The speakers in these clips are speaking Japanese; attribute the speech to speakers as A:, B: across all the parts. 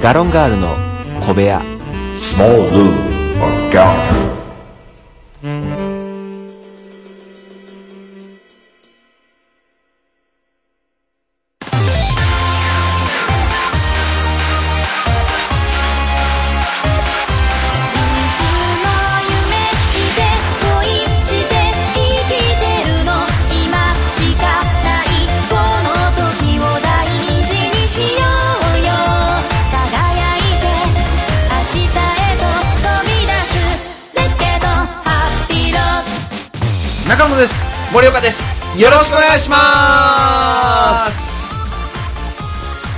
A: ガロンガールの小部屋
B: Small Lou or Gallo.
C: いつも夢見て恋して生きてるの今しかないこの時を大事にしようよ輝いて明日へと飛び出す Let's get on happy road
D: 中野です
E: 森岡です
D: よろしくお願いします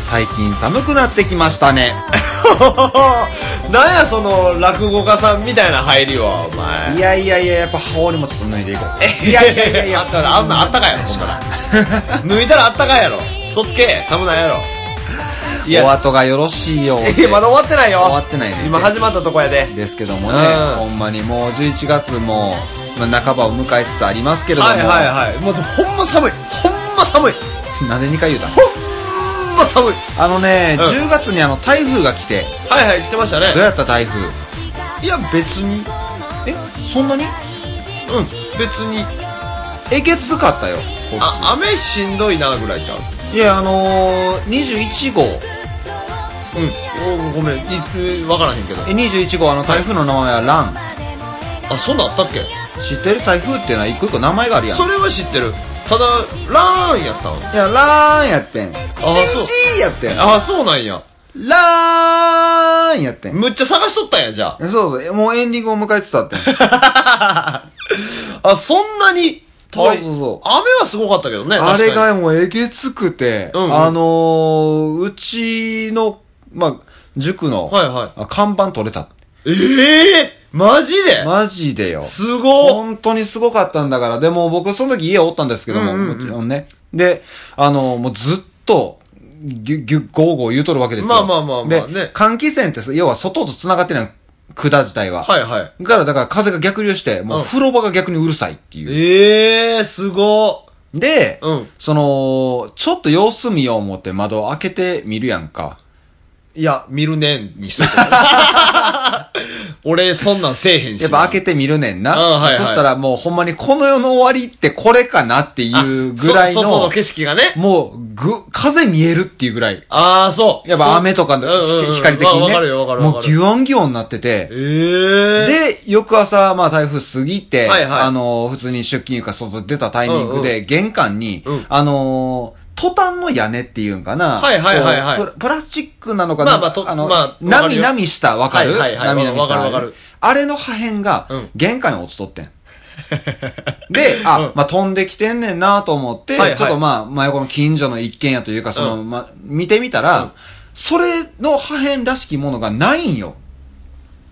D: 最近寒くなってきましたね
E: なんやその落語家さんみたいな入りはお前
D: いやいやいややっぱ羽織もちょっと脱いでいこう い
E: あったかあんなあったかいやろほんなら 脱いだらあったかいやろそつけ寒ないやろい
D: お
E: や
D: 後がよろし いようで
E: いやまだ終わってないよ
D: 終わってないね
E: 今始まったとこやで
D: ですけどもね、
E: うん
D: ほんまにもう11月も、まあ、半ばを迎えつつありますけれども、
E: はいはいはいもうほんま寒いほんま寒い
D: なんで2回言 うたの
E: ほんま寒い
D: あのね、
E: うん
D: 10月にあの台風が来て
E: はいはい来てましたね
D: どうやった台風
E: いや別に
D: えそんなに
E: うん別に
D: えげつかったよこっち
E: あ雨しんどいなぐらいちゃう
D: いやあのー、21号
E: うんおごめんい分からへんけど
D: え21号あの台風の名前はラン、
E: あそんなんあったっけ
D: 知ってる台風っていうのは一個一個名前があるやん
E: それは知ってるただラーンやったわ
D: いやラーンやってん
E: そう
D: チンやってん
E: ああそうなんや
D: ラーンやってん
E: むっちゃ探しとったんやじゃ
D: えそうそうもうエンディングを迎えてた ってん
E: ああそんなに
D: そうそう
E: い
D: そう
E: 雨はすごかったけどね
D: あれ
E: 確か
D: がもうえげつくて、
E: うんうん
D: あのー、うちのまあ塾の、
E: はいはい
D: あ看板取れた
E: にええマジで
D: マジでよ
E: すごっ
D: 本当にすごかったんだから。でも僕その時家おったんですけども、
E: うんうんうん
D: もちろんね。で、あの、もうずっと、ぎゅ、ぎゅ、ゴーゴー言うとるわけですよ。
E: まあまあまあまあね
D: で、換気扇ってさ、要は外と繋がってない管自体は。
E: はいはい
D: だから、だから風が逆流して、もう
E: うん
D: 風呂場が逆にうるさいっていう。
E: ええすごっ
D: で、
E: うん
D: その、ちょっと様子見よう思って窓開けてみるやんか。
E: いや見るねんにしといて 俺そんなんせえへんし
D: やっぱ開けてみるねんな。
E: うんはいはい
D: そしたらもうほんまにこの世の終わりってこれかなっていうぐらい
E: あそ外
D: の
E: の、景色がね
D: もう、ぐ、風見えるっていうぐらい。
E: ああそう
D: やっぱ雨とかの
E: そううんうんうん
D: 光的
E: ま
D: に
E: あわかる
D: ね。
E: よわかるわ
D: も
E: か
D: う
E: る
D: ギュワンギュワンなってて。
E: ええ
D: で、翌朝、まあ台風過ぎて、
E: はいはい
D: あのー、普通に出勤いうか外出たタイミング
E: うん
D: で、玄関に
E: うん、
D: あのー、トタンの屋根っていうんかな。
E: はいはいはいはい
D: こうプラプラスチックなのか
E: ま
D: な
E: あまあと
D: あの、
E: まあわかるよ
D: 波々した、わかる
E: はいはいはい
D: 波々した。
E: わかるわかる
D: あれの破片が
E: うん、
D: 玄関に落ちとって ん。で、あ、まあ、飛んできてんねんなと思って、
E: はいはい
D: ちょっとまあ、真横の近所の一軒家というか、その、
E: う
D: まあ、見てみたら、それの破片らしきものがないんよ。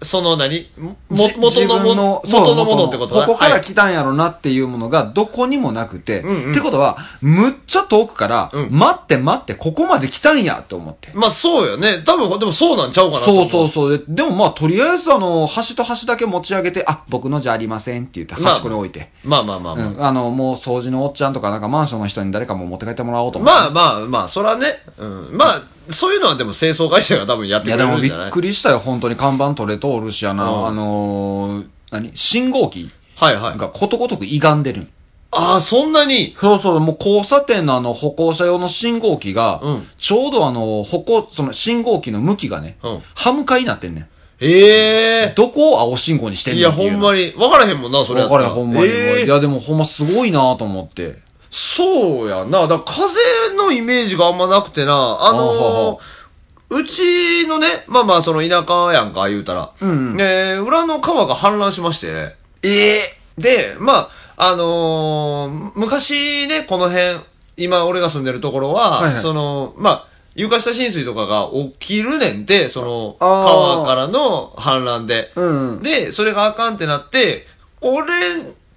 E: その何も
D: じ
E: 元の
D: 自分
E: もの、元のものってことだ
D: ここから
E: はい
D: 来たんやろなっていうものがどこにもなくて、
E: うんうん
D: ってことは、むっちゃ遠くから、
E: うん
D: 待って待って、ここまで来たんやと思って。
E: まあそうよね。多分、でもそうなんちゃうかなと思
D: そうそうそう。ででもまあ、とりあえずあの、端と端だけ持ち上げて、あ、僕のじゃありませんって言って、
E: まあ
D: 端っこに置いて。
E: まあまあまあ
D: う
E: まあ。
D: ん、あの、もう掃除のおっちゃんとか、なんかマンションの人に誰かも持って帰ってもらおうと思っ
E: まあ
D: て。
E: まあまあ、そらね。うん。まあ、そういうのはでも清掃会社が多分やっ
D: い
E: て
D: や
E: くれ
D: でも
E: るん
D: び
E: じゃない
D: っくりしたよ、本当に看板取れとおるしやな、
E: うん
D: あのー、何信号機
E: はいはい。
D: がことごとく歪んでるん。
E: ああ、そんなに。
D: そうそう、もう交差点のあの歩行者用の信号機が、
E: うん
D: ちょうどあの、歩行、その信号機の向きがね、
E: うん
D: 歯向かいになってんねん。
E: ええ
D: どこを青信号にしてん
E: い
D: の
E: や、
D: ってい
E: ほ
D: うんの。
E: まに。わからへんもんな、それや
D: わ
E: った
D: からるほんまに、
E: ええ
D: いやでもほんますごいなと思って。
E: そうやな。だから風のイメージがあんまなくてな。あ
D: あはは
E: のーうちのね、まあまあ、その田舎やんか、言うたら。
D: んうん
E: えー裏の川が氾濫しまして。ええで、まあ、あのー昔ね、この辺、今俺が住んでるところは、
D: はいはい
E: その、まあ、床下浸水とかが起きるねんで、その、
D: あー
E: 川からの氾濫で。
D: うんうん
E: で、それがあかんってなって、俺、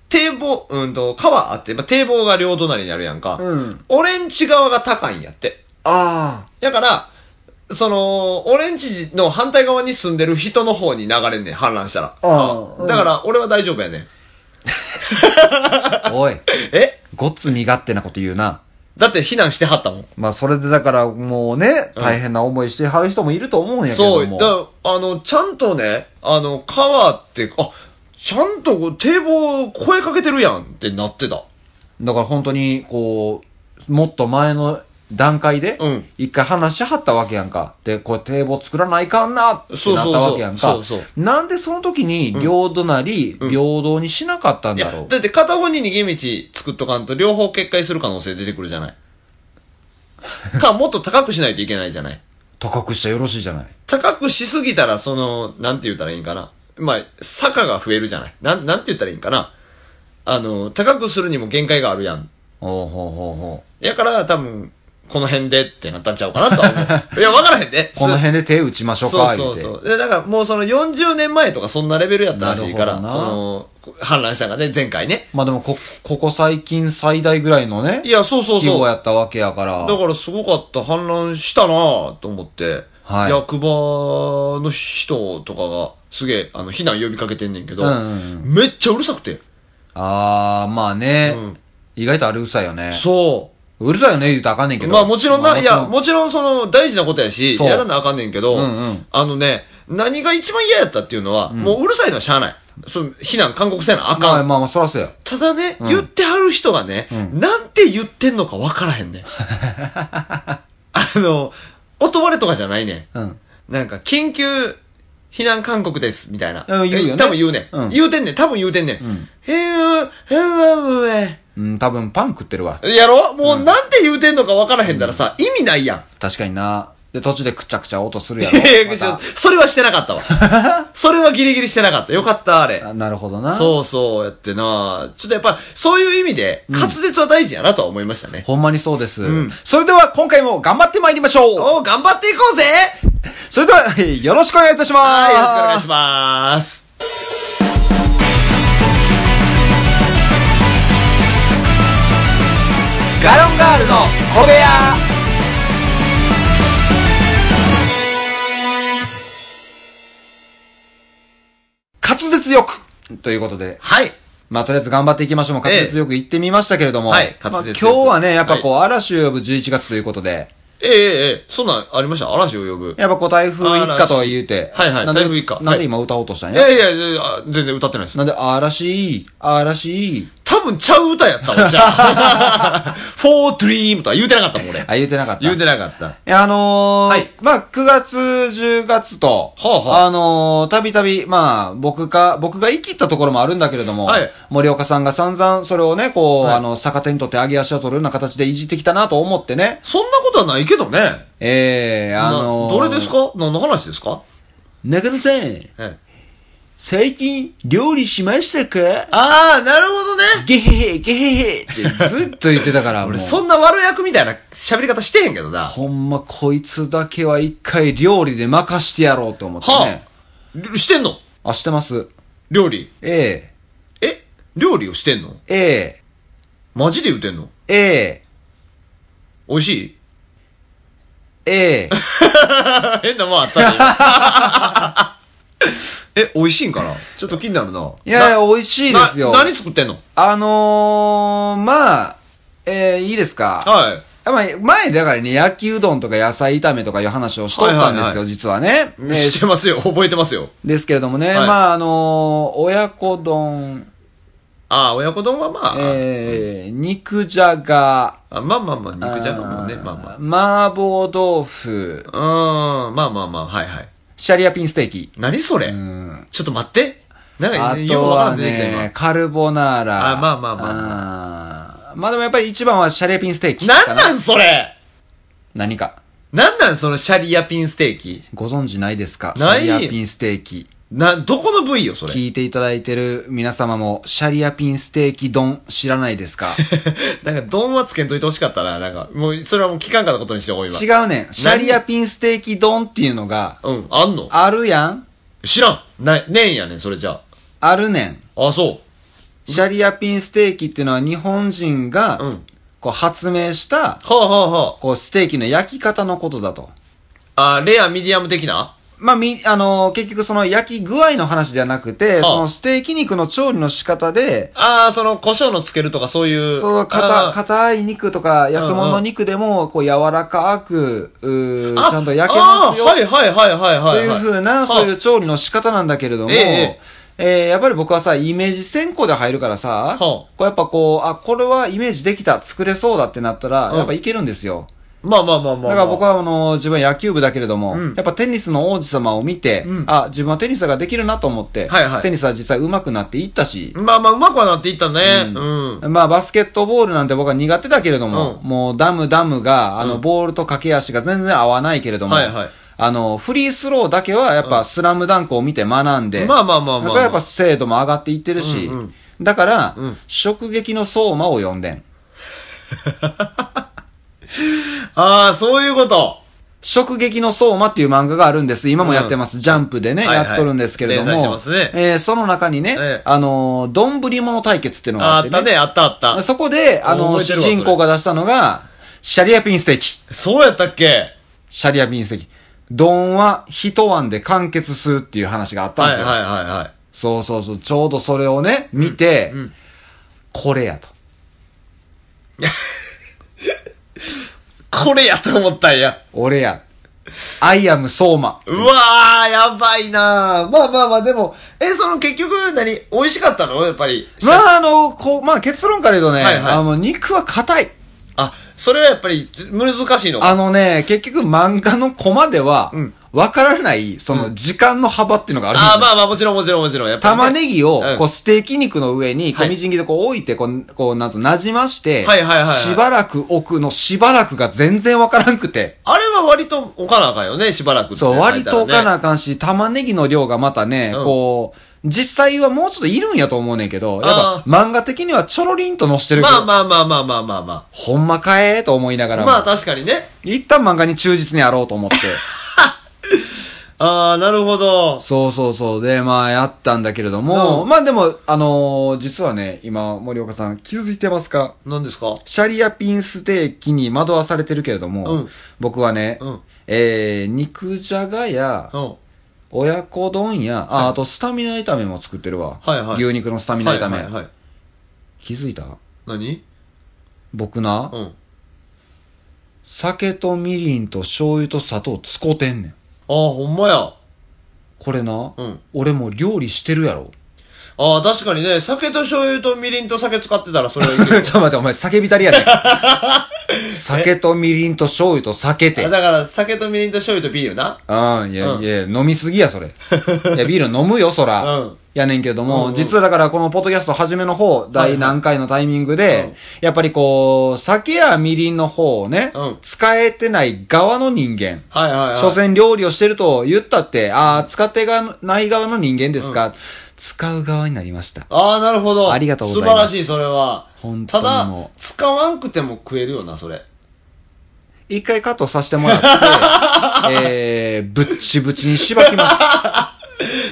E: 堤防、うんと、川あって、まあ、堤防が両隣にあるやんか。
D: うん
E: 俺んち側が高いんやって。
D: あ
E: だから、その、俺んちの反対側に住んでる人の方に流れんねん、氾濫したら。
D: ああ
E: だから、俺は大丈夫やねん。
D: あ。おい、
E: え
D: ごっつ身勝手なこと言うな。
E: だって避難してはったもん。
D: まあ、それでだから、もうね、大変な思いしてはる人もいると思うんやけ
E: そ
D: ど
E: う。
D: も。
E: だあの、ちゃんとね、あの、川って、あ、ちゃんとこう堤防声かけてるやんってなってた。
D: だから本当に、こう、もっと前の段階で
E: うん、
D: 一回話しはったわけやんか。で、これ堤防作らないかんなって
E: そう
D: な
E: そ
D: っ
E: うそう
D: たわけやんか
E: そうそう。
D: なんでその時に、領土なり、平等にしなかったん
E: いや
D: だろ、う。
E: だって片方に逃げ道作っとかんと両方決壊する可能性出てくるじゃ ない。か、もっと高くしないといけないじゃない。
D: 高くしてよろしいじゃない。
E: 高くしすぎたら、その、なんて言ったらいいんかな。まあ、坂が増えるじゃない。なん、なんて言ったらいいんかな。あの、高くするにも限界があるやん。
D: おうほうほうほう。
E: やから、多分、この辺でってなったんちゃうかなとは 思う。いや、わからへんで。
D: この辺で手打ちましょう
E: そ
D: か、
E: う
D: 言
E: そうう
D: て。
E: そう。で、だからもうその40年前とかそんなレベルやったらしいから、
D: なるほどな
E: その、反乱したんがね、前回ね。
D: まあでもこ、ここ最近最大ぐらいのね、
E: いや、そうそう
D: 規
E: そう。
D: 模やったわけやから。
E: だからすごかった、反乱したなぁと思って、
D: はい
E: 役場の人とかが、すげえ、あの、避難呼びかけてんねんけど、
D: うんうん
E: めっちゃうるさくて。
D: あー、まあね、
E: うん
D: 意外とあれうるさいよね。
E: そう
D: るさいよね、言うとあかんねんけ
E: う。
D: ど。
E: まあもちろんな、
D: まあ
E: いや、もちろんその、大事なことやし、
D: そう
E: やらなあかんねんけど、
D: うんうん
E: あのね、何が一番嫌やったっていうのは、もううるさいのはしゃあない。その避難勧告せなあ
D: ま
E: か
D: あ
E: ん。
D: まあまあ、そらそうや。
E: ただね、言ってはる人がね、なんて言ってんのかわからへん ねん。あの、音割れとかじゃないねん。
D: うん。
E: なんか、緊急避難勧告です、みたいな。
D: うん言うよね
E: 多分言うね、
D: うん
E: ん。言うてんねん。多分言うてんねん。へーへーへ
D: うん、多分パン食ってるわ。
E: ーやろもうなんて言うてんのか分からへんだらさ、意味ないやん。
D: 確かにな。で、途中でくちゃくちゃ音す るやろ。また
E: それはしてなかった わ。それはギリギリしてなかった。よかった、あれ。
D: あなるほどな。
E: そうそう、やってなちょっとやっぱ、そういう意味で、滑舌は大事やなとは思いましたね。
D: ほんまにそうです。それでは今回も頑張ってまいりましょう
E: おー頑張っていこうぜ
D: それでは、 えーよろしくお願いいたします
E: はい、よろしくお願いします。
D: ガロンガールの小部屋滑舌よくということで、
E: はい。
D: まあ、とりあえず頑張っていきましょう。もう滑舌よく言ってみましたけれども。
E: ええはい滑舌よく
D: まあ今日はね、やっぱこう、嵐を呼ぶ11月ということで、
E: ええええ、そんなんありました嵐を呼ぶ。
D: やっぱこう、台風一過とは言うて。
E: 嵐はいはい
D: なんで
E: 台風一過
D: なん
E: は
D: で
E: い
D: 今歌おうとしたん
E: い
D: や。
E: やいやいやあ全然歌ってないです。
D: なんで、嵐、嵐、
E: 多分ちゃう歌やったわ、じゃ あ。フォードリームとは言うてなかったもん、俺。
D: あ、言うてなかった。
E: 言うてなかった。
D: いや、あのー
E: はい
D: まあ、9月、10月と、
E: はあはあ
D: のーたびたび、まあ、僕か、僕が言い切ったところもあるんだけれども、
E: はい
D: 森岡さんが散々それをね、こう、
E: はい
D: あの、逆手に取って上げ足を取るような形でいじってきたなと思ってね、
E: そんなことはないけどね。
D: ええあの
E: な
D: ー
E: どれですか何の話ですか
D: 中野さん、
E: え
D: 最近、料理しましたか
E: ああ、なるほどね。
D: ゲヘヘ、ゲヘヘってずっと言ってた から、もう
E: 俺、そんな悪役みたいな喋り方してへんけどな。は
D: ほんま、こいつだけは一回料理で任してやろうと思ってね。
E: あ、してんの
D: あ、してます。
E: 料理。
D: え
E: え料理をしてんの
D: ええ
E: マジで言うてんの
D: ええ
E: 美味しい
D: ええ
E: 変なもんあったよ え、美味しいんかなちょっと気になるな。
D: いやいや、
E: な
D: 美味しいですよ。
E: な何作ってんの
D: あのー、まあ、えー、いいですか
E: はい。
D: あまあ、前、だからね、焼きうどんとか野菜炒めとかいう話をしとったん
E: はい
D: ですよ、
E: はいはい
D: 実はね。えー
E: 知って ますよ。覚えてますよ。
D: ですけれどもね、
E: はい
D: まあ、あのー、親子丼、
E: ああ、親子丼はまあ、
D: えー、肉じゃが、
E: あまあまあまあ、肉じゃがもね、
D: あー
E: まあまあ。
D: 麻婆豆腐、
E: うーん、まあまあまあ、はいはい。
D: シャリアピンステーキ。
E: 何それ
D: ん
E: ちょっと待って。なん
D: あ
E: か、よ
D: と
E: くわから
D: は
E: ん出てきた
D: ね
E: 今、。
D: カルボナーラ。
E: あまあまあまあ
D: あーまあでもやっぱり一番はシャリアピンステーキかな。
E: なんなんそれ
D: 何か。
E: なんなんそのシャリアピンステーキ
D: ご存知ないですか
E: ない
D: シャリアピンステーキ。
E: な、どこの部位よ、それ。
D: 聞いていただいてる皆様も、シャリアピンステーキ丼知らな いですか
E: なんか、丼はつけんといてほしかったな。なんか、もう、それはもう聞かんかったことにしておこう、今。
D: 違うねん。シャリアピンステーキ丼っていうのが、
E: う。うん、あんの
D: あるやん
E: 知らん。ない、ねんやねん、それじゃ
D: あるねん。
E: あ。あ、そ
D: シャリアピンステーキっていうのは日本人が、
E: うん
D: こう発明した、
E: う。はあはあは
D: こうステーキの焼き方のことだと。
E: あ。あ、レアミディアム的な
D: まあ、み、あのー結局その焼き具合の話ではなくて、
E: あ
D: そのステーキ肉の調理の仕方で、
E: ああ、その、胡椒のつけるとかそういう。
D: そう、
E: あ
D: 硬、
E: ー
D: 硬い肉とか、安物の肉でも、こう、柔らかく、うーちゃんと焼けますよ
E: あーはいはいはいはいはい。
D: というふうな、
E: は
D: そういう調理の仕方なんだけれども、
E: ええ
D: えーやっぱり僕はさ、イメージ先行で入るからさ、
E: あ
D: こうやっぱこう、あ、これはイメージできた、作れそうだってなったら、
E: うん
D: やっぱいけるんですよ。
E: まあまあまあまあ。
D: だから僕はあの、自分は野球部だけれども、
E: うん
D: やっぱテニスの王子様を見て、
E: うん
D: あ、自分はテニスができるなと思って、
E: はいはい
D: テニスは実際上手くなっていったし、
E: まあまあ、うまくはなっていったね。うん。
D: まあ、バスケットボールなんて僕は苦手だけれども、
E: うん
D: もうダムダムが、あ
E: う
D: の、
E: ん
D: ボールと駆け足が全然合わないけれども、
E: はいはい
D: あの、フリースローだけはやっぱスラムダンクを見て学んで、
E: まあまあまあまあまあ
D: それはやっぱ精度も上がっていってるし、
E: うんう
D: だから、
E: ん
D: 食撃の相馬を呼んでん。
E: ああ、そういうこと。
D: 食撃の相馬っていう漫画があるんです。今もやってます。ジャンプでね、
E: はいはい
D: やっとるんですけれど
E: 連載して
D: も。
E: ますね
D: えーその中にね、
E: ええ
D: あのー、丼物対決っていうのが
E: あ
D: あ
E: あ
D: っ
E: ってたね、あったあった。
D: そこで、あのー、
E: 覚えてるわ
D: 主
E: それ
D: 人公が出したのが、シャリアピンステーキ。
E: そうやったっけ
D: シャリアピンステーキ。丼は一碗で完結するっていう話があったん
E: はい
D: で
E: は
D: す
E: い
D: よ。
E: はいはい。
D: そうそうそう。ちょうどそれをね、見て、これやと。
E: これやと思ったんや。
D: 俺や。アイアム相馬。
E: うわー、やばいなーまあまあまあ、でも、え、その結局何、美味しかったのやっぱり。
D: まあ、あの、こう、まあ結論から言うとね、
E: はいはい
D: あの、肉は硬い。
E: あ、それはやっぱり難しいのか。
D: あのね、結局漫画のコマでは
E: うん、
D: わからない、その時間の幅っていうのがあるんですよ
E: あーまあまあ、もちろんもちろんもちろん。やっぱりね
D: 玉ねぎを
E: うん、
D: こう、ステーキ肉の上に、こ
E: は
D: う、
E: い
D: みじん切りでこう置いて、こう、こう、なんつうの、馴染まして、
E: はいはいはいはい
D: しばらく置くの、しばらくが全然わからんくて。
E: あれは割と置かなあかんよね、しばらくってね、
D: そう、割と置か
E: あ
D: なあかんし、玉ねぎの量がまたね、
E: うん
D: こう、実際はもうちょっといるんやと思うねんけど、や
E: あ
D: っぱ漫画的にはちょろりんと乗してるけど、
E: まあまあまあまあまあまあま
D: ほんまかえーと思いなが
E: あ。
D: らも、
E: まあ確かにね。
D: 一旦漫画に忠実にやろうと思って。
E: ああ、なるほど。
D: そうそうそう。で、まあ、やったんだけれども、
E: うん
D: まあでも、あのー実はね、今、森岡さん、気づいてますか
E: 何ですか
D: シャリアピンステーキに惑わされてるけれども、
E: うん
D: 僕はね、
E: うん
D: えー、肉じゃがや、
E: うん。
D: 親子丼や、あ、あとスタミナ炒めも作ってるわ。
E: はいはい
D: 牛肉のスタミナ炒め。
E: はいはいはい。
D: 気づいた
E: 何
D: 僕な、
E: うん。
D: 酒とみりんと醤油と砂糖使うてんねん。
E: ああ、ほんまや。
D: これな、
E: うん
D: 俺もう料理してる やろ。
E: ああ、確かにね、酒と醤油とみりんと酒使ってたらそれはいける
D: ちょっと待って、お前、酒びたりやね ん。酒とみりんと醤油と酒て。
E: あだから、酒とみりんと醤油とビールな。
D: うん、いや、
E: うん
D: いや、飲みすぎや、 それ。いや、ビール飲むよ、そら。
E: うん
D: やねんけど
E: う
D: も、
E: んうん
D: 実はだから、このポッドキャスト初めの方、
E: はいはい
D: 第何回のタイミングで、
E: うん
D: やっぱりこう、酒やみりんの方をね、
E: うん
D: 使えてない側の人間。
E: はいはいはい。
D: 所詮料理をしてると言ったって、ああ、使ってがない側の人間ですか、使う側になりました。
E: ああ、なるほど。
D: ありがとうございます
E: 素晴らしい、それは。
D: 本当
E: た
D: に
E: だ
D: も、
E: 使わんくても食えるよな、それ。
D: 一回カットさせてもらって、 えー、ぶっちぶちにしばきます。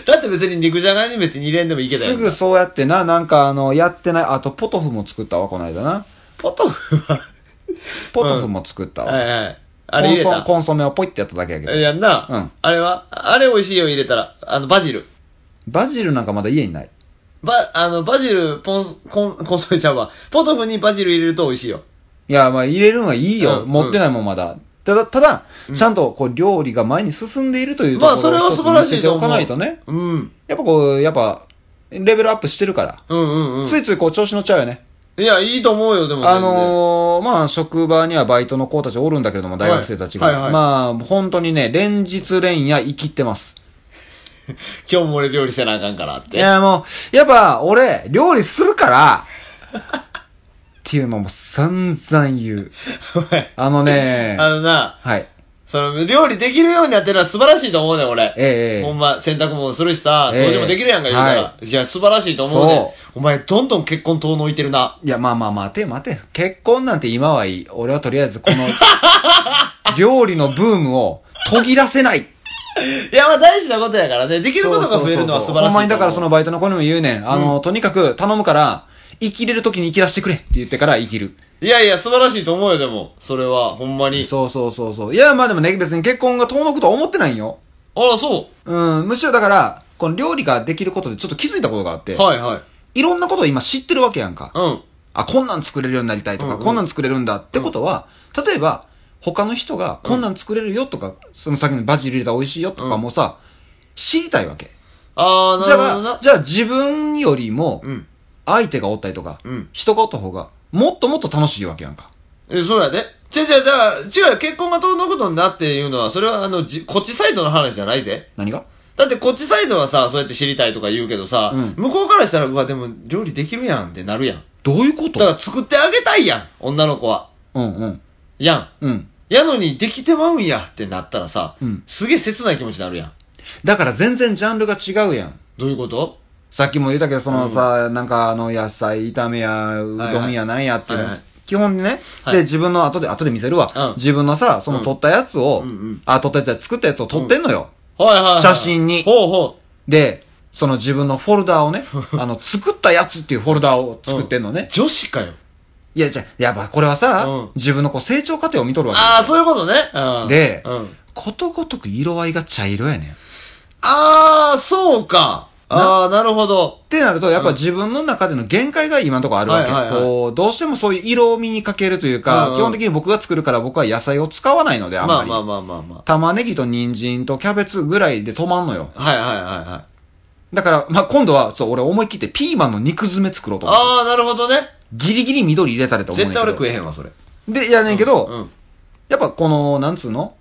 E: だって別に肉じゃがに別に入れんでもいいけたよ
D: すぐそうやってな、なんかあの、やってない、あとポトフも作ったわ、この間な。
E: ポトフは。
D: ポトフも作ったわ。
E: はいはい。あれ入れ
D: コンソ
E: た。
D: コンソメをポイってやっただけやけど。
E: やんな。
D: うん
E: あれはあれ美味しいよ、入れたら。あの、バジル。
D: バジルなんかまだ家にない。
E: ば、あの、バジル、ポン、コン、コンソメちゃうわ。ポトフにバジル入れると美味しいよ。
D: いや、まあ入れるのはいいよ。
E: うん
D: 持ってないもんまだ。ただ、ただ、ちゃんとこう料理が前に進んでいるというと
E: ま
D: ころ
E: あ、
D: を
E: それは素晴らしい
D: 一つ見せて
E: と
D: お
E: 思う。
D: かないとね。
E: うん。
D: やっぱこう、やっぱ、レベルアップしてるから。
E: うんうんうん。
D: ついついこう調子乗っちゃうよね。
E: いや、いいと思うよ、でも全然。
D: あのー、まあ、職場にはバイトの子たちおるんだけれども、大学生たちが。
E: はいはいはい
D: まあ、本当にね、連日連夜生きってます。
E: 今日も俺料理せなあかんからっ
D: い
E: て。
D: や、もう、やっぱ、俺、料理するから、っていうのも散々言う。
E: お前
D: あのね、
E: あのな、
D: はい。
E: その、料理できるようになってるのは素晴らしいと思うね、俺。
D: ええ
E: ほんま、洗濯もするしさ、
D: ええ
E: 掃除もできるやんか、言うから。、
D: はい
E: や、素晴らしいと思うね
D: そ。
E: お前、どんどん結婚遠のいてるな。
D: いや、まあまあ、待て待て。結婚なんて今はいい。俺はとりあえず、こ の、料理のブームを途切らせない。
E: いや、まあ大事なことやからね。できることが増えるのは素晴らしいと思う。
D: ほんまにだからそのバイトの子にも言うねん。あの、とにかく頼むから、生きれる時に生きらしてくれって言ってから生きる。
E: いやいや、素晴らしいと思うよ、でも。それは、ほんまに。
D: そうそうそうそう。いや、まあでもね、別に結婚が遠のくとは思ってないんよ。
E: ああ、そ
D: うん、むしろだから、この料理ができることでちょっと気づいたことがあって、
E: う。はいはい。
D: いろんなことを今知ってるわけやんか。
E: うん。
D: あ、こんなん作れるようになりたいと
E: う
D: か、
E: んうん
D: こんなん作れるんだってことは、例えば、他の人がこんなん作れるよとか、その先にバジル入れたら美味しいよとかもさ、知りたいわけ。
E: ああ、
D: じ
E: なるほど
D: ゃあ
E: な、。
D: じゃあ自分よりも
E: うん、
D: 相手がおったりとか、
E: うん
D: 人がおった方が、もっともっと楽しいわけやんか。
E: え、そうやで。違う違う、だから、違うよ、結婚がどうのことになっていうのは、それは、あの、じ、こっちサイドの話じゃないぜ。
D: 何が
E: だって、こっちサイドはさ、そうやって知りたいとか言うけどさ、
D: うん
E: 向こうからしたら、うわ、でも、料理できるやんってなるやん。
D: どういうこと
E: だから、作ってあげたいやん、女の子は。
D: うんうん。
E: やん。
D: うん。
E: やのに、できてまうんやってなったらさ、
D: うん
E: すげえ切ない気持ちになるやん。
D: だから全然ジャンルが違うやん。
E: どういうこと
D: さっきも言ったけど、そのさ、なんかあの、野菜炒めや、う
E: はい
D: どんやなんやっていうの
E: はいはい
D: 基本ね、
E: はい
D: で、自分の後で、後で見せるわ。
E: うん
D: 自分のさ、その撮ったやつを、
E: うんうん
D: あ、撮ったやつや作ったやつを撮ってんのよ。
E: はいはいはい。
D: 写真に
E: ほうほ
D: で、その自分のフォルダーをね、あの、作ったやつっていうフォルダーを
E: う。
D: 作ってんのね
E: う。女子かよ。
D: いや、じゃあ、やっぱこれはさ、
E: うん
D: 自分のこう成長過程を見とるわ
E: ああ、そういうことね。うん
D: け。で、
E: うん。
D: ことごとく色合いが茶色やねん。っ
E: ああ、そうか。ああ、なるほど。
D: てなると、やっぱ自分の中での限界が今のところあるわけ。
E: はいはいはい
D: こう、どうしてもそういう色味にかけるというか、
E: うんうん
D: 基本的に僕が作るから僕は野菜を使わないので、あん
E: ま
D: ま
E: あ
D: り。
E: まあまあまあま
D: 玉ねぎと人参とキャベツぐらいで止まんのよ。
E: あ。はいはいはいはい。
D: だから、まあ、今度は、そう、俺思い切ってピーマンの肉詰め作ろうと思う。
E: ああ、なるほどね。
D: ギリギリ緑入れたれと思う
E: 絶
D: ねんけど
E: 対俺食えへんわ、それ。
D: で、いやねんけど、
E: うん。
D: やっぱこの、なんつうの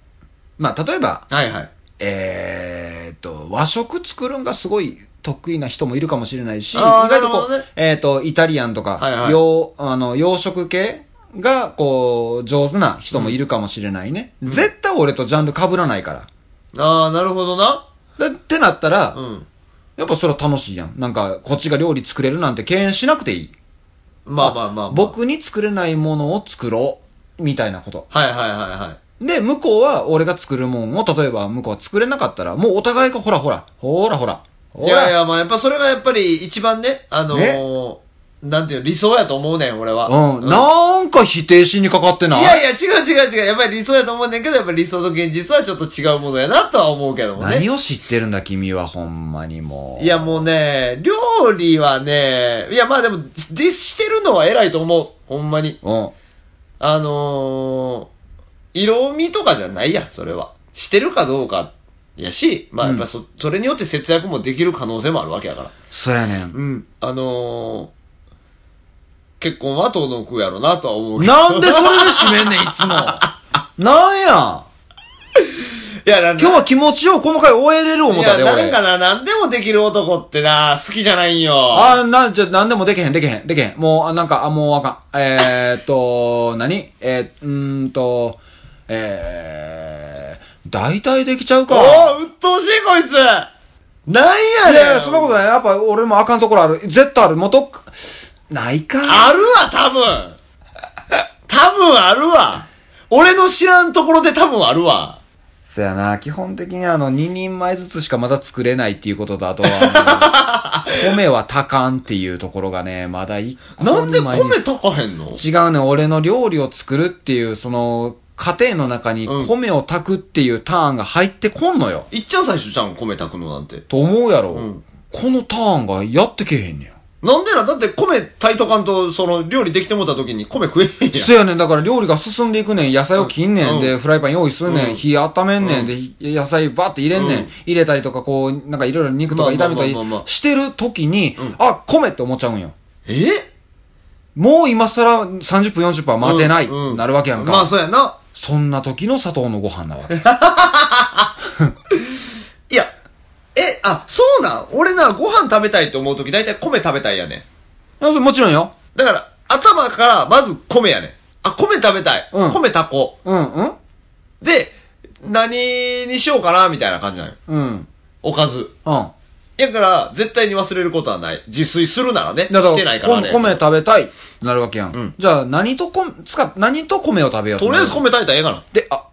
D: まあ、例えば、
E: はいはい。
D: えーっと、和食作るんがすごい得意な人もいるかもしれないし、意
E: あー
D: 外と
E: な
D: こ
E: るほど
D: う
E: ね、
D: えーっと、イタリアンと
E: はいは
D: か、
E: い
D: 洋、あの、洋食系が、こう、上手な人もいるかもしれないね。絶対俺とジャンル被らないから。
E: ああ、なるほどな。
D: だってなったら、
E: うん。
D: やっぱそれは楽しいやん。なんか、こっちが料理作れるなんて敬遠しなくていい。
E: まあまあまあ、まあ。。
D: 僕に作れないものを作ろう。みたいなこと。
E: はいはいはいはい。
D: で、向こうは俺が作るもんを、例えば向こうは作れなかったら、もうお互いがほらほら、ほらほら、ほ
E: い
D: ら。
E: やいや、まあやっぱそれがやっぱり一番ね、あのー
D: ね、
E: なんていうの理想やと思うねん、俺は。
D: うん、
E: い
D: なんか否定しにかかってない。
E: やいや、違う違う違う。やっぱり理想やと思うねんけど、やっぱり理想と現実はちょっと違うものやなとは思うけどもね。
D: 何を知ってるんだ君はほんまにもう。
E: いや、もうね、料理はね、いやまあでも、でしてるのは偉いと思う。ほんまに。
D: うん。
E: あのー、色味とかじゃないやん、それは。してるかどうかやし、まあやっぱそ、それによって節約もできる可能性もあるわけやから。
D: そうやねん。
E: うん。あのー、結婚は遠の食うやろなとは思うけど。
D: なんでそれで締めんねん、いつも。なんや。
E: いや、なん
D: 今日は気持ちよ、この回終えれる思
E: い
D: った
E: や、
D: で、
E: なん
D: 俺
E: か。な、なんでもできる男ってな、好きじゃないんよ。
D: あー、なん、じゃ、なんでもできへん、できへん、できへん。もう、あなんか、あ、もうあかん。えーっと、 何えー、うーんと、えー、大体できちゃうか。
E: おうっとうしいこいつなんや
D: いやい
E: ね
D: や、
E: ん
D: そんなことない。やっぱ俺もあかんところある。絶対ある。もうどっか、ないか。
E: あるわ、多 分多分あるわ俺の知らんところで多分あるわ
D: そやな、基本的にあの、2人前ずつしかまだ作れないっていうことと、あとは、あ の米は炊かんっていうところがね、まだ一個
E: なんで
D: 二枚に
E: 米炊かへんの
D: 違うね、俺の料理を作るっていう、その、家庭の中に
E: うん
D: 米を炊くっていうターンが入ってこんのよ。
E: いっちゃん最初じゃん、米炊くのなんて。
D: と思うやろ。
E: ん
D: このターンがやってけへんねや。
E: なんでな、だって米炊いとかんと、その料理できてもうた時に米食えへんやん
D: そ。やねん、だから料理が進んでいくねん、野菜を切んねん、
E: うん
D: で、フライパン用意すんねん、
E: うん
D: 火温めんねん、で、野菜バって入れんねん、
E: うん
D: 入れたりとか、こう、なんかいろいろ肉とか炒めたり
E: まあまあまあまあまあ
D: してる時に、
E: ん
D: あ、米って思っちゃうんよ。
E: え
D: もう今更30分40分は待てない、
E: うんうん
D: なるわけやんか。
E: まあそうやな。
D: そんな時の佐藤のご飯なわけ。
E: いや、え、あ、そうなん俺な、ご飯食べたいと思う時大体米食べたいやねん。
D: あそれもちろんよ。
E: だから、頭からまず米やねん。あ、米食べたい。
D: うん
E: 米炊こ
D: うん、うん
E: う。で、何にしようかな、みたいな感じなのよ。
D: うん。うん。
E: おかず。
D: だ
E: だから、絶対に忘れることはない。自炊するならね。
D: から
E: してないからね。
D: 米米食べたい、なるわけやん。
E: ん
D: じゃあ、何と米、使っ、何と米を食べよう
E: とりあえず米炊いたらええかな。
D: で、あ、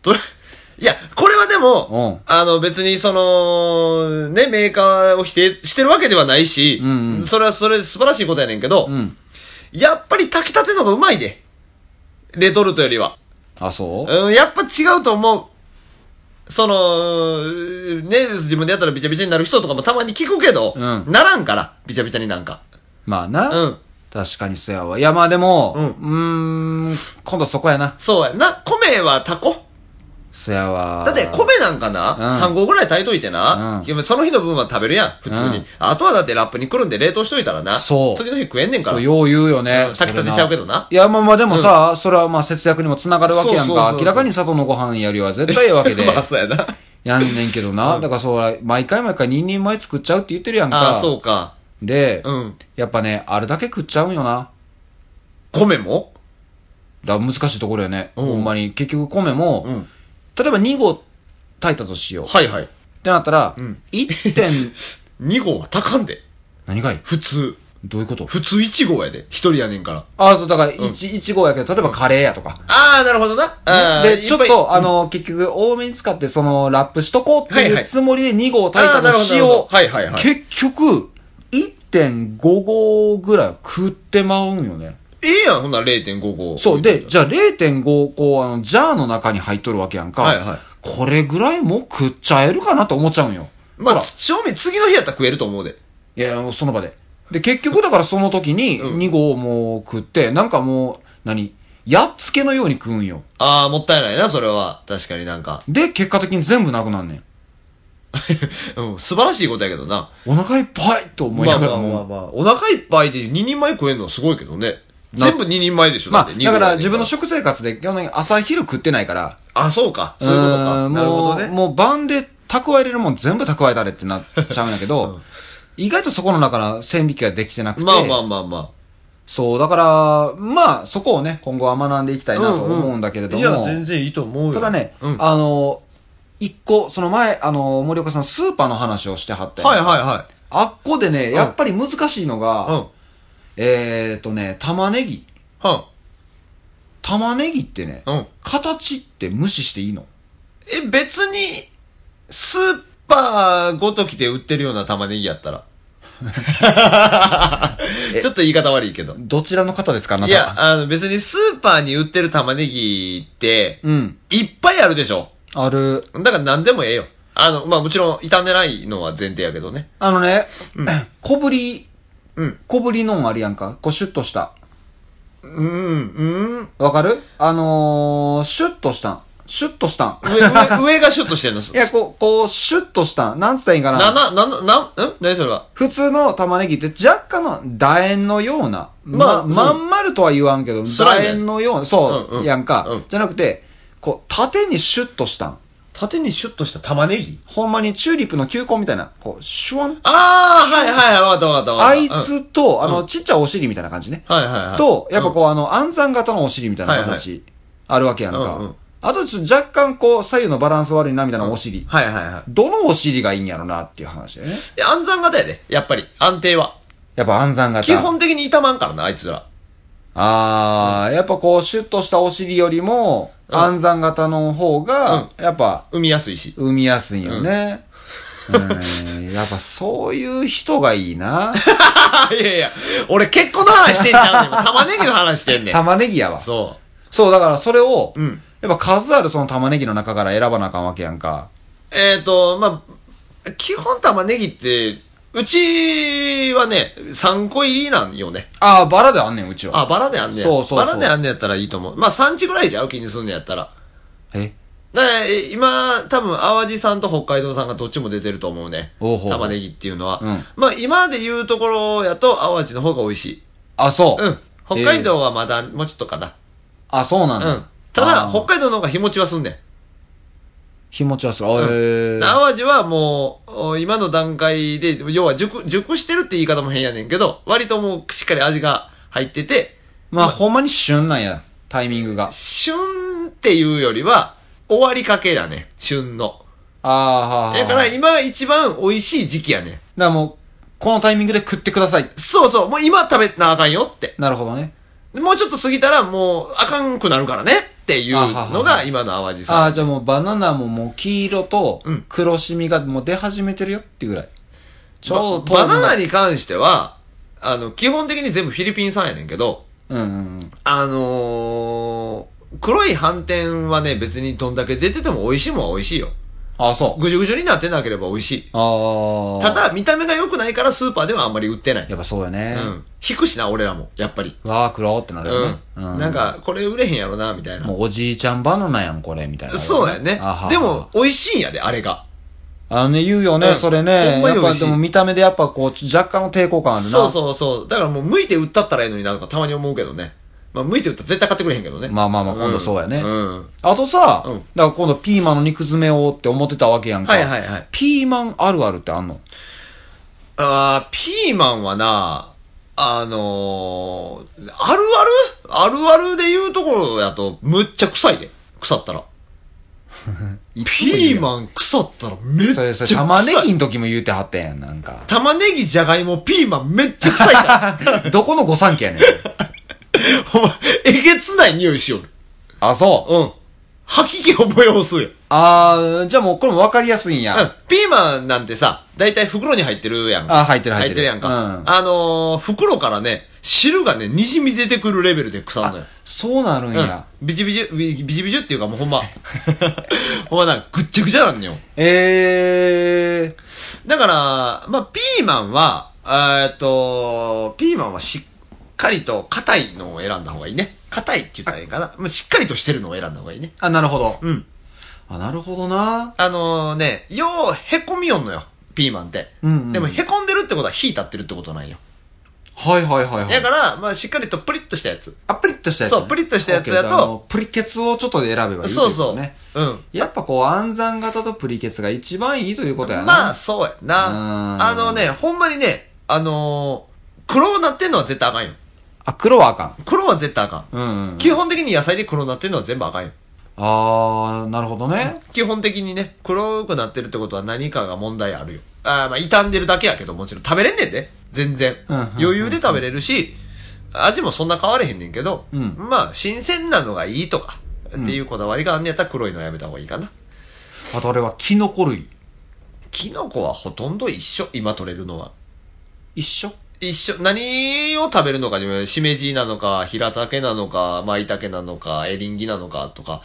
E: とり いや、これはで
D: う
E: も
D: ん、
E: あの別にその、ね、メーカーを否定してるわけではないし、
D: ん
E: それはそれで素晴らしいことやねんけど、
D: うん。
E: やっぱり炊きたてのがうまいで。レトルトよりは。
D: あ、そう
E: うん、やっぱ違うと思う。その、ね、自分でやったらびちゃびちゃになる人とかもたまに聞くけど、
D: うん
E: ならんから、びちゃびちゃになんか。
D: まあな。
E: うん
D: 確かにそやわ。いや、まあでも、うん、ん、今度そこやな。
E: そうやな。米はタコ
D: そやわ。
E: だって米なんかな、
D: うん
E: 3合ぐらい炊いといてな、
D: う
E: その日の分は食べるやん、普通に。
D: うん
E: あとはだってラップにくるんで冷凍しといたらな。
D: そう
E: 次の日食えんねんから。
D: そう、よう言うよね
E: う。ん炊きたてしちゃうけどない
D: や、まあまあでもさ、それはまあ節約にもつながるわけやん
E: そうそうそう
D: か。
E: そう
D: 明らかに里のご飯よりは絶対ええわけで。
E: まあそうやな。
D: やんねんけどな。だからそう、毎回毎回2人前作っちゃうって言ってるやんか。
E: ああ、そうか。
D: で、
E: うん
D: やっぱね、あれだけ食っちゃうんよな。
E: 米も
D: だから難しいところよね。
E: うん
D: ほんまに。結局米も、
E: うん
D: 例えば2合炊いたとしよう。っ
E: はいはい。
D: てなったら、
E: ん
D: 1. 点、
E: 2合は炊かんで。
D: 何がい
E: 普通。
D: どういうこと
E: 普通1合やで。1人やねんから。
D: ああ、そう、だから1、一合やけど、例えばカレーやとか。
E: ああ、なるほどな。あー
D: で、ちょっ
E: いぱい
D: と、あの、結局、多めに使って、その、ラップしとこうって
E: はい
D: い
E: は
D: う
E: い
D: つもりで2合炊い
E: あ
D: た
E: ーな
D: の
E: るほど
D: 塩。
E: なるほどはいはいはい
D: 結局、1.5合ぐらいは食ってまうんよね。
E: ええやん、ほんなら0.5合。
D: そう。で、じゃあ0.5、こう、あの、ジャーの中に入っとるわけやんか。
E: はいはい
D: これぐらいもう食っちゃえるかなと思っちゃうんよ。
E: ま
D: ほ
E: あ、
D: ら
E: 正味次の日やったら食えると思うで。
D: いや、もうその場で。で、結局だからその時に、
E: うん
D: 2合もう食って、なんかもう、何やっつけのように食うんよ。
E: ああ、もったいないな、それは。確かになんか。
D: で、結果的に全部なくなんねん。
E: うん、素晴らしいことやけどな。
D: お腹いっぱいと思い
E: まあ
D: なが
E: ま
D: ら
E: あ
D: もう
E: まあまあ、お腹いっぱいで2人前食えるのはすごいけどね。
D: な
E: 全部2人前でしょ、
D: ま
E: って
D: あ、
E: 二合
D: だから自分
E: やね
D: の
E: ん
D: 食生活で基本的に朝昼食ってないから、
E: らあ、そうか。そういうことか。
D: ん
E: なるほ
D: も
E: ど
D: う、
E: ね。
D: もう晩で蓄えれるもん全部蓄えたれってなっちゃうんやけど、意外とそこの中の線引きができてなくて、
E: まあまあまあま
D: そう、だから、まあ、そこをね、今後は学んでいきた
E: あ。
D: いなと思うんだけれども、
E: いや、全然いいと思うよ。
D: ただね、
E: うんはい
D: あの、一個、その前、あの、森岡さんスーパーの話をしてはったやん
E: はいは
D: あっこでね、やっぱり難しいの
E: い。うん。
D: が、えーっとね、玉ねぎ。
E: は
D: 玉ねぎってね、
E: うん
D: 形って無視していいの
E: ん。え、別に、スーパーごときで売ってるような玉ねぎやった ら。ちょっと言い方悪いけど。
D: どちらの方ですかあなた
E: いや、あの別にスーパーに売ってる玉ねぎって、
D: うん。
E: いっぱいあるでしょ。
D: ある。
E: だから何でもええよ。あの、まあもちろん、傷んでないのは前提やけど ね。
D: あのね、 小ぶり、
E: うん
D: 小ぶりのんあるやんか。こうシュッとした。
E: うん、うん。
D: わかるあのー、シュッとしたん。シュッとしたん。
E: 上、上、上がシュッとしてんの。
D: いや、こう、こう、シュッとしたん。なんつったらいいんかな。
E: な、な、な、な、なん何それは。
D: 普通の玉ねぎって若干の楕円のような。
E: まあ
D: ま、
E: そ
D: ま
E: うん
D: 丸とは言わんけど、
E: スライム
D: 楕円のような、そう、
E: うんうん
D: やんか、
E: うん
D: じゃなくて、こう、縦にシュッとしたん。
E: 縦にシュッとした玉ねぎ
D: ほんまにチューリップの球根みたいな、こう、シュワン。
E: ああ、はいはいはい、わかったわかったわか
D: あい
E: った。うん
D: つと、あの、ちっちゃいお尻みたいな感じね。
E: はいはいはい。
D: と、やっぱこう、あの、暗算型のお尻みたいな形、あるわけやん
E: うんうん
D: か。あと、ちょっと若干こう、左右のバランス悪いな、みたいなお尻。
E: はいはいはい。
D: どのお尻がいいんやろな、っていう話だよね。
E: いや暗算型やで、やっぱり。安定は。
D: やっぱ暗算型。
E: 基本的に痛まんからな、あいつら。
D: あー、やっぱこう、シュッとしたお尻よりも、
E: うん
D: 暗算型の方が、やっぱ、
E: 産みやすいし。
D: 生みやすいよね。うーん、やっぱそういう人がいいな。
E: あいやいや、俺結婚の話してんちゃうねん。今玉ねぎの話して んねん。
D: 玉ねぎやわ。
E: そ
D: そう、だからそれを、
E: ん
D: やっぱ数あるその玉ねぎの中から選ばなあかんわけやんか。
E: う。えっ、ー、と、まあ、基本玉ねぎって、うちはね、3個入りなんよね。
D: ああ、バラであんねん、うちは。
E: あ、バラであんねや。
D: そうそうそう
E: バラであんねやったらいいと思う。まあ、3地ぐらいじゃう気にすんねやったら。
D: え
E: だからえ今、多分、淡路さんと北海道さんがどっちも出てると思うね。
D: おうほう
E: 玉ねぎっていうのは。
D: うん
E: まあ、今で言うところやと、淡路の方が美味しい。
D: あ、そう。
E: うん。北海
D: えー
E: 道はまだ、もうちょっとかな。
D: あ、そうなんだ。
E: うん。ただ、
D: あー
E: 北海道の方が日持ちはすんねん。
D: 日持ちはする。あえー
E: 淡路はもう、お今の段階で、要は熟、熟してるって言い方も変やねんけど、割ともうしっかり味が入ってて、
D: まあ、ほんまに旬なんや、タイミングが。
E: 旬っていうよりは、終わりかけだね。旬の。
D: ああ、
E: だから
D: だか
E: 今一番美味しい時期やねん。
D: らもう、このタイミングで食ってください。
E: そうそう、もう今食べなあかんよって。
D: なるほどね。
E: もうちょっと過ぎたらもうあかんくなるからねっていうのが今の淡路
D: あ
E: さ
D: あ、
E: ん。
D: じゃあもうバナナももう黄色と
E: うん
D: 黒しみがもう出始めてるよっていうぐらい。ちょうど、
E: バナナに関しては、あの、基本的に全部フィリピン産やねんけど、
D: うんうんうん。
E: あのー、黒い斑点はね、別にどんだけ出てても美味しいもんは美味しいよ。
D: あ、そう。
E: ぐじゅぐじゅになってなければ美味しい。
D: ああ。
E: た、だ、見た目が良くないからスーパーではあんまり売ってない。
D: やっぱそうやね。
E: うん。引くしな、俺らも。やっぱり。
D: うわあ、黒ってなるよね。
E: うん。なんか、これ売れへんやろな、みたいな
D: も。うおじいちゃんバナナやん、これ、みたいな。
E: そうやね
D: あは。は
E: でも、、美味しいんやで、あれが。
D: あのね、言うよね、
E: うん
D: それね。
E: ほんまに美
D: やっ
E: 味
D: ぱ
E: しい
D: でも見た目でやっぱこう、若干の抵抗感あるな。
E: そうそうそう。だからもう、剥いて売ったったらいいのにな、とかたまに思うけどね。まあ、剥いて売ったら絶対買ってくれへんけどね。
D: まあまあまあ、
E: ん
D: 今度そうやね。
E: うん。
D: あとさ、
E: うん
D: だから今度ピーマンの肉詰めをって思ってたわけやんか。
E: はいはいはい
D: ピーマンあるあるってあんの
E: あーピーマンはな、あのー、あるあるあるあるで言うところやと、むっちゃ臭いで。腐った ら。ピーマン腐ったらめっち
D: それ
E: ゃ
D: そ
E: 臭
D: れ
E: い。。
D: 玉ねぎの時も言うてはったやん、なんか
E: 玉ねぎ、じゃがいも、ピーマンめっちゃ臭い から。
D: どこの御三家やねん。
E: お前、えげつない匂いしよる。
D: あ、そう。
E: うん。吐き気を催すよ。
D: あー、じゃあもうこれもわかりやすいんや。
E: うん。ピーマンなんてさ、だいたい袋に入ってるやんか。
D: あ入ってる入ってる
E: 入ってるやんか。
D: うん
E: あのー、袋からね、汁がね、滲み出てくるレベルで腐るのよ。
D: そうなるんや。
E: うん。ビチビチ、ビビチビチっていうかもうほんま、 ほんまなんかぐっちゃぐちゃなんだよ。
D: えー、
E: だから、まあ、ピーマンは、えーっと、ピーマンはしっかりと硬いのを選んだ方がいいね。硬いって言ったらいいかな。まあ、しっかりとしてるのを選んだ方がいいね。
D: あ、なるほど。
E: うん。
D: あ、なるほどな。
E: あのね、ようへこみよんのよ。ピーマンって。
D: うんうん
E: でもへこんでるってことは火立ってるってことなんよ。
D: はいはいはいは
E: だ
D: い
E: か。ら、まあ、しっかりとプリッとしたやつ。
D: あ、プリッとしたやつ、
E: そうプリッとしたやつやと
D: オッケーじゃああのプリケツをちょっと選べばいいって
E: そう
D: こと
E: そう。
D: ね。
E: うん。
D: やっぱこう、暗算型とプリケツが一番いいということやな。
E: まあ、そうや
D: う
E: な。
D: ん
E: あのね、ほんまにね、あのー黒なってんのは絶対あかんよ。
D: あ、黒はあかん。
E: 黒は絶対あかん。
D: うんうん
E: 基本的に野菜で黒なってんのは全部あかんよ。
D: あー、なるほどね。
E: 基本的にね、黒くなってるってことは何かが問題あるよ。あーまあ、傷んでるだけやけど、もちろん食べれんねんで。全然。
D: うんうんうん
E: 余裕で食べれるし、味もそんな変われへんねんけど、
D: うん
E: まあ、新鮮なのがいいとか、っていうこだわりがあんねやったら黒いのはやめた方がいいかな。
D: あとあれは、キノコ類。
E: キノコはほとんど一緒、今取れるのは。
D: 一緒
E: 一緒、何を食べるのかにもよる、しめじなのか、ひらたけなのか、まいたけなのか、エリンギなのかとか、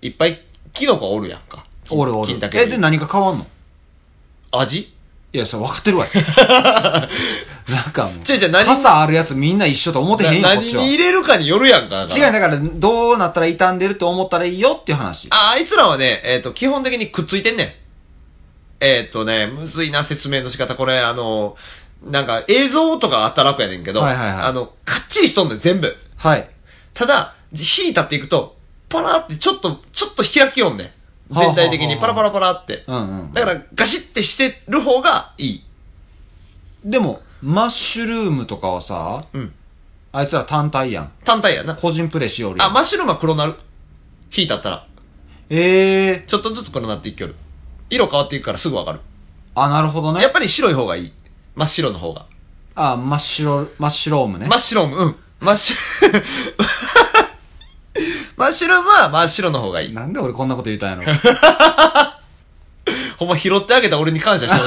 E: いっぱい、キノコおるやんか。
D: おるおる
E: 金だ。け。
D: え、で何が変わんの
E: 味
D: いや、それ分かってるわ よ。なんかもう、
E: 違う違う何
D: 傘あるやつみんな一緒と思ってへんよ、
E: な
D: こっ
E: 何
D: ちは。
E: に入
D: 違
E: れるかによるやんか。だから
D: う、だから、どうなったら傷んでると思ったらいいよっていう話。
E: あ、あいつらはね、えっ、と、基本的にくっついてんねん。えっ、とね、むずいな、説明の仕方。これ、あの、なんか映像とかあったら楽やねんけど、
D: はいはいはい
E: あの、かっちりしとんねん、全部。
D: はい。
E: ただ、引いたっていくと、パラーってちょっと、ちょっと開きよんねん。全体的に
D: は
E: パ
D: あは
E: ラパラパラって。
D: うんうん
E: だから、ガシってしてる方がいい。
D: でも、マッシュルームとかはさ、
E: ん
D: あいつら単体やん。
E: 単体やな。
D: 個人プレイしよるや
E: あ、
D: ん。
E: マッシュルームは黒なる。引いたったら。
D: ええ
E: ちょっとずつ黒なっていきよる。色変わっていくからすぐわかる。
D: あ、なるほど
E: やっ
D: ね。
E: ぱり白い方がいい。真っ白の方が。
D: あ、真っ白、真っ白ームね
E: 真。っ白も、うん。真っ 白、真っ白もは真っ白の方がいい。
D: なんで俺こんなこと言う たんやろ。
E: ほんま拾ってあげた俺に感 謝してる。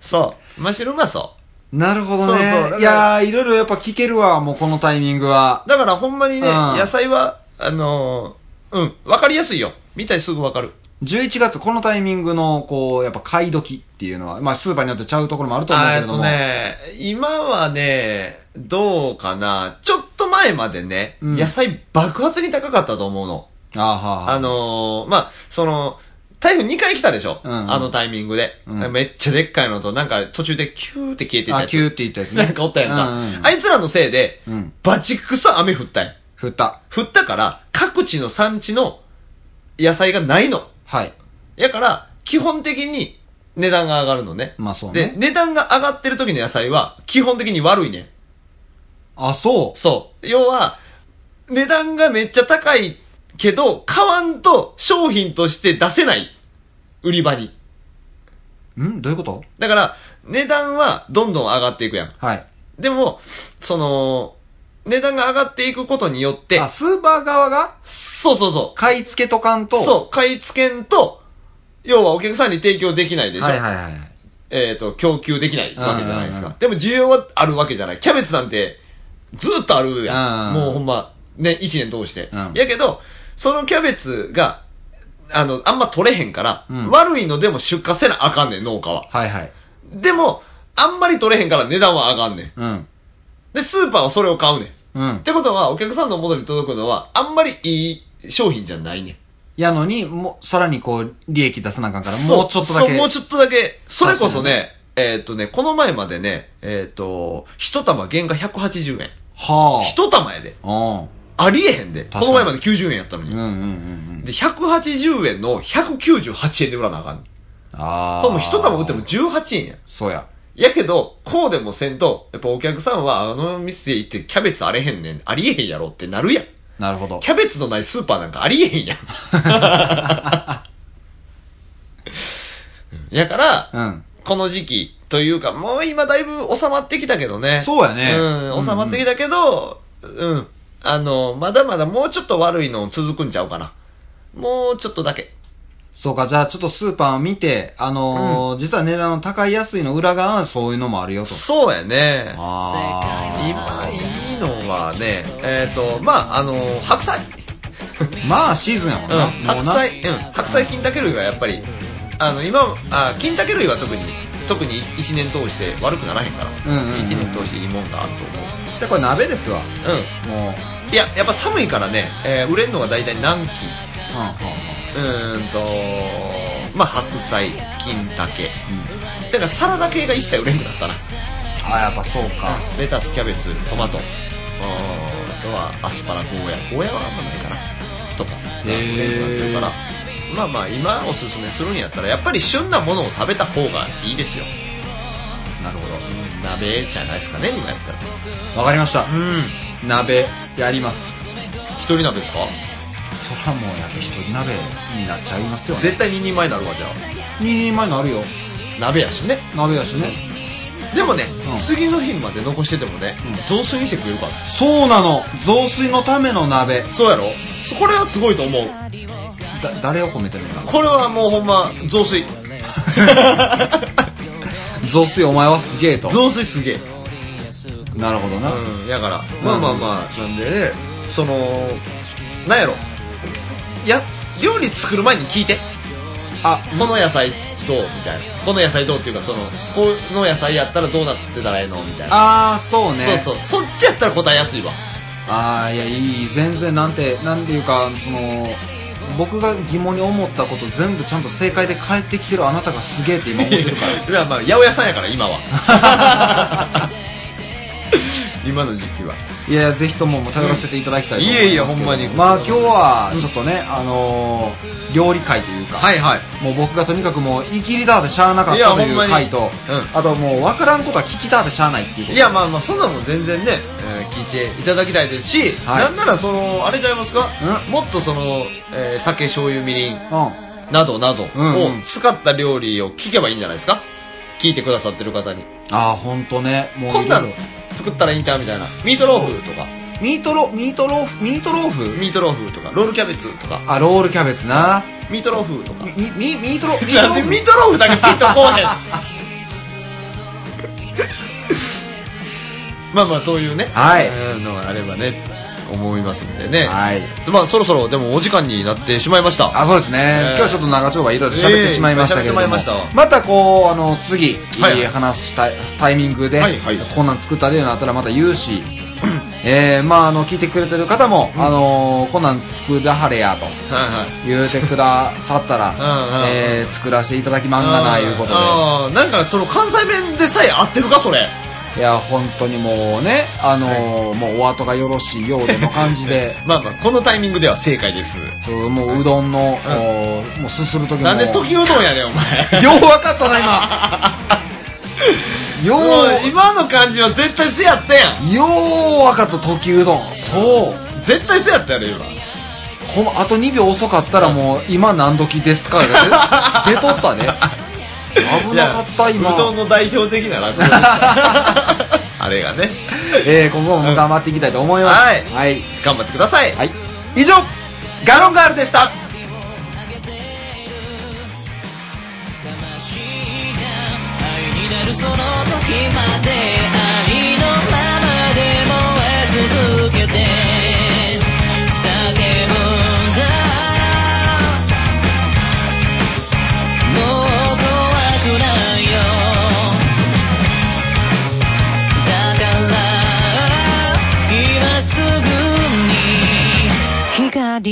E: そう。真っ白はそ
D: なるほどね。
E: そうそうだから
D: いやー、いろいろやっぱ聞けるわ、もうこのタイミングは
E: う。。だからほんまにね、
D: うん
E: 野菜は、あのーうん、わかりやすいよ。見たりすぐわかる。
D: 11月、このタイミングの、こう、やっぱ買い時っていうのは、まあスーパーによってちゃうところもあると思う
E: あ
D: け
E: えっ
D: れど
E: と
D: も。
E: ね、今はね、どうかな。ちょっと前までね、
D: うん
E: 野菜爆発に高かったと思うの。
D: あーはーは
E: あのー、まあ、その、台風2回来たでしょ、
D: うんうん
E: あのタイミングで、
D: うん
E: めっちゃでっかいのと、なんか途中でキューって消えていった
D: あ、
E: やつ。
D: キューって言ったやつ ね。
E: なんかおったやんか。
D: ううん
E: あいつらのせいで、
D: うん
E: バチクソ雨降ったやん。
D: 振った。
E: 降ったから、各地の産地の野菜がないの。
D: はい。
E: やから、基本的に値段が上がるのね。
D: まあそう
E: で、
D: ね
E: 値段が上がってる時の野菜は、基本的に悪いねん。
D: あ、そう。
E: そう。要は、値段がめっちゃ高いけど、買わんと商品として出せない。売り場に。
D: んどういうこと
E: だから、値段はどんどん上がっていくやん。
D: はい。
E: でも、その、値段が上がっていくことによって
D: あ、、スーパー側が
E: そうそうそう。
D: 買い付けとかんと。
E: そう、買い付けんと、要はお客さんに提供できないでしょ。
D: はいはいはいはい。
E: えっ、と、供給できないわけじゃないです
D: うんうん
E: か。でも需要はあるわけじゃない。キャベツなんて、ずっとあるやん。
D: うんうん
E: もうほんま、ね、一年通して。
D: うん
E: やけど、そのキャベツが、あの、あんま取れへんから、悪いのでも出荷せなあかんねん、農家は。
D: はいはい。
E: でも、あんまり取れへんから値段は上がんねん。
D: うん。
E: で、スーパーはそれを買うねん。
D: うん
E: ってことは、お客さんの元に届くのは、あんまりいい商品じゃないねん。
D: やのに、もう、さらにこう、利益出さなあかんから、
E: そう
D: もうちょっとだ
E: そ
D: け。
E: うもうちょっとだけ。それこそ
D: 確かに
E: ね、えーっ、とね、この前までね、えーっ、と、一玉原価180円。
D: はあ。
E: 一玉やで。
D: うん。
E: ありえへんで。こ
D: かに
E: の前まで90円やったのに。
D: うんうんうんうん。
E: で、180円の198円で売らなあかん。
D: ああ。
E: これもう一玉売っても。18円や。
D: そうや。
E: やけど、こうでもせんと、やっぱお客さんはあの店行ってキャベツあれへんねん、ありえへんやろってなるやん。
D: なるほど。
E: キャベツのないスーパーなんかありえへん やん。やから、
D: うん
E: この時期というか、もう今だいぶ収まってきたけどね。
D: そうやね
E: うん、収まってきたけど、うん、あの、まだまだもうちょっと悪いの続くんちゃうかな。もうちょっとだけ。
D: そうか、じゃあちょっとスーパーを見て、あのー実は値段の高い安いの裏側はそういうのもあるよと。
E: そうやね。
D: あ
E: 今いいのはね、えっ、と、まあ、あの、白菜。
D: あ。まあ、シーズンやもん
E: うん
D: な。
E: 白
D: もうな。
E: 菜、うん、白菜金竹類はやっぱり、あの、今、あ金竹類は特に、特に一年通して悪くならへんから、一、
D: うんうんうん
E: 年通していいもんだと思
D: じゃあこれ鍋ですわ。
E: う。うん。
D: もう。うん、うん、うん。
E: いや、やっぱ寒いからね、えー売れるのが大体南紀、うーんと、まあ、白菜、金竹。だからサラダ系が一切売れなくなったな。
D: ああ、やっぱそうか。
E: レタス、キャベツ、トマト、あーあとはアスパラ、ゴーヤ。ゴーヤはあんまないかな。とか。
D: へー
E: レンドウなってるから。まあまあ、今おすすめするんやったら、やっぱり旬なものを食べた方がいいですよ。
D: なるほ
E: 鍋じゃないですかね、今やったら。
D: ど。わかりました。
E: うん。
D: 鍋、やります。
E: 一人鍋ですか
D: そらもうやっぱ一人鍋になっちゃいますよね。
E: 絶対二人前になるわ、じゃあ。
D: 2人前のあるよ。
E: 鍋やしね。
D: 鍋やしね。
E: でもね、
D: うん
E: 次の日まで残しててもね、雑炊にしてくれるから。
D: そうなの。雑炊のための鍋。
E: そうやろそこれはすごいと思う。
D: だ、誰を褒めてるんだ
E: これはもうほんま、雑炊。
D: 雑炊お前はすげえと。
E: 雑炊すげえ。
D: なるほどな。
E: うん、やから、まあまあまあ、なんでね、その、なんやろ、いや、料理作る前に聞いて、
D: あ、
E: この野菜どうみたいな、この野菜どうっていうか、その、この野菜やったらどうなってたらええのみたいな、
D: あー、そうね。
E: そうそう、そっちやったら答えやすいわ。
D: ああいやいい全然なんてなんていうかその僕が疑問に思ったこと全部ちゃんと正解で返ってきてるあなたがすげえって今思ってるから
E: いや、まあ、八百屋さんやから、今は。 今の時期は。
D: いやいやぜひとももう頼らせていただきたいと思ます
E: いえいえほんまに
D: まあ今日はちょっとね、あのー料理会というか、
E: いはい。
D: もう僕がとにかくもう言い切りだでしゃあなかっ
E: いや
D: たと
E: ほ
D: い
E: んま
D: う
E: に
D: 回と、
E: う
D: あともう分からんことは聞きたでしゃあないっていうこと
E: いやまあまあそんなもん全然ね、えー聞いていただきたいですし、
D: はい
E: なんならそのあれちゃいますか、
D: うん
E: もっとその、えー酒醤油みりん
D: う
E: などなどを
D: うんうん
E: 使った料理を聞けばいいんじゃないですか聞いてくださってる方に
D: んああ本当ねもう
E: こんないの
D: ろい
E: 作ったらいいんちゃうみたいなミートローフとか
D: ろミートロミートローフミートローフ
E: ミートローフとかロールキャベツとか
D: あロールキャベツな
E: ミートローフとか
D: みみミートロミートロ
E: なんでミートローフだけピンとこうへん まあまあそういうね、
D: はい
E: うんのがあればね思いますんでね、
D: はい
E: まあそろそろでもお時間になってしまいました
D: あそうですね、
E: ええ
D: 今日ちょっと長丁場いろいろ喋ってしまいましたけれども、
E: ええ喋ってまいりました
D: たこうあの次、
E: はい
D: いい話したタイミングで、
E: はいはい
D: こんなん作った例になったらまた言うしえー、まああの聞いてくれてる方も、あのこんなん作らはれやと
E: はいはい
D: 言うてくださったら
E: うんうんうん
D: えー作らせていただきまんがないうこと
E: あーなんかその関西弁でさえ合ってるかそれ
D: でいや本当にもうねあのもうお後がよろしいようでの感 じで
E: まあまあこのタイミングでは正解です
D: そうもううどんの、おもうすする時も
E: なんで時うどんやね んお前
D: よう分かったな今 よ
E: もう
D: う
E: 今の感じは絶対せやったやん
D: よう分かった時うどんそう
E: 絶対せやったやろ今
D: ほんまあと2秒遅かったらもう今何時です かが出出とったね危なかった
E: いや
D: 今
E: うどんの代表的な落語でしたあれがね
D: えー、今後も頑張っていきたいと思います、
E: はい
D: はい、
E: 頑張ってください
D: はい、以上ガロンガールでした
F: になるその時まで愛のままで燃え続けて叫ぶんだ
G: デ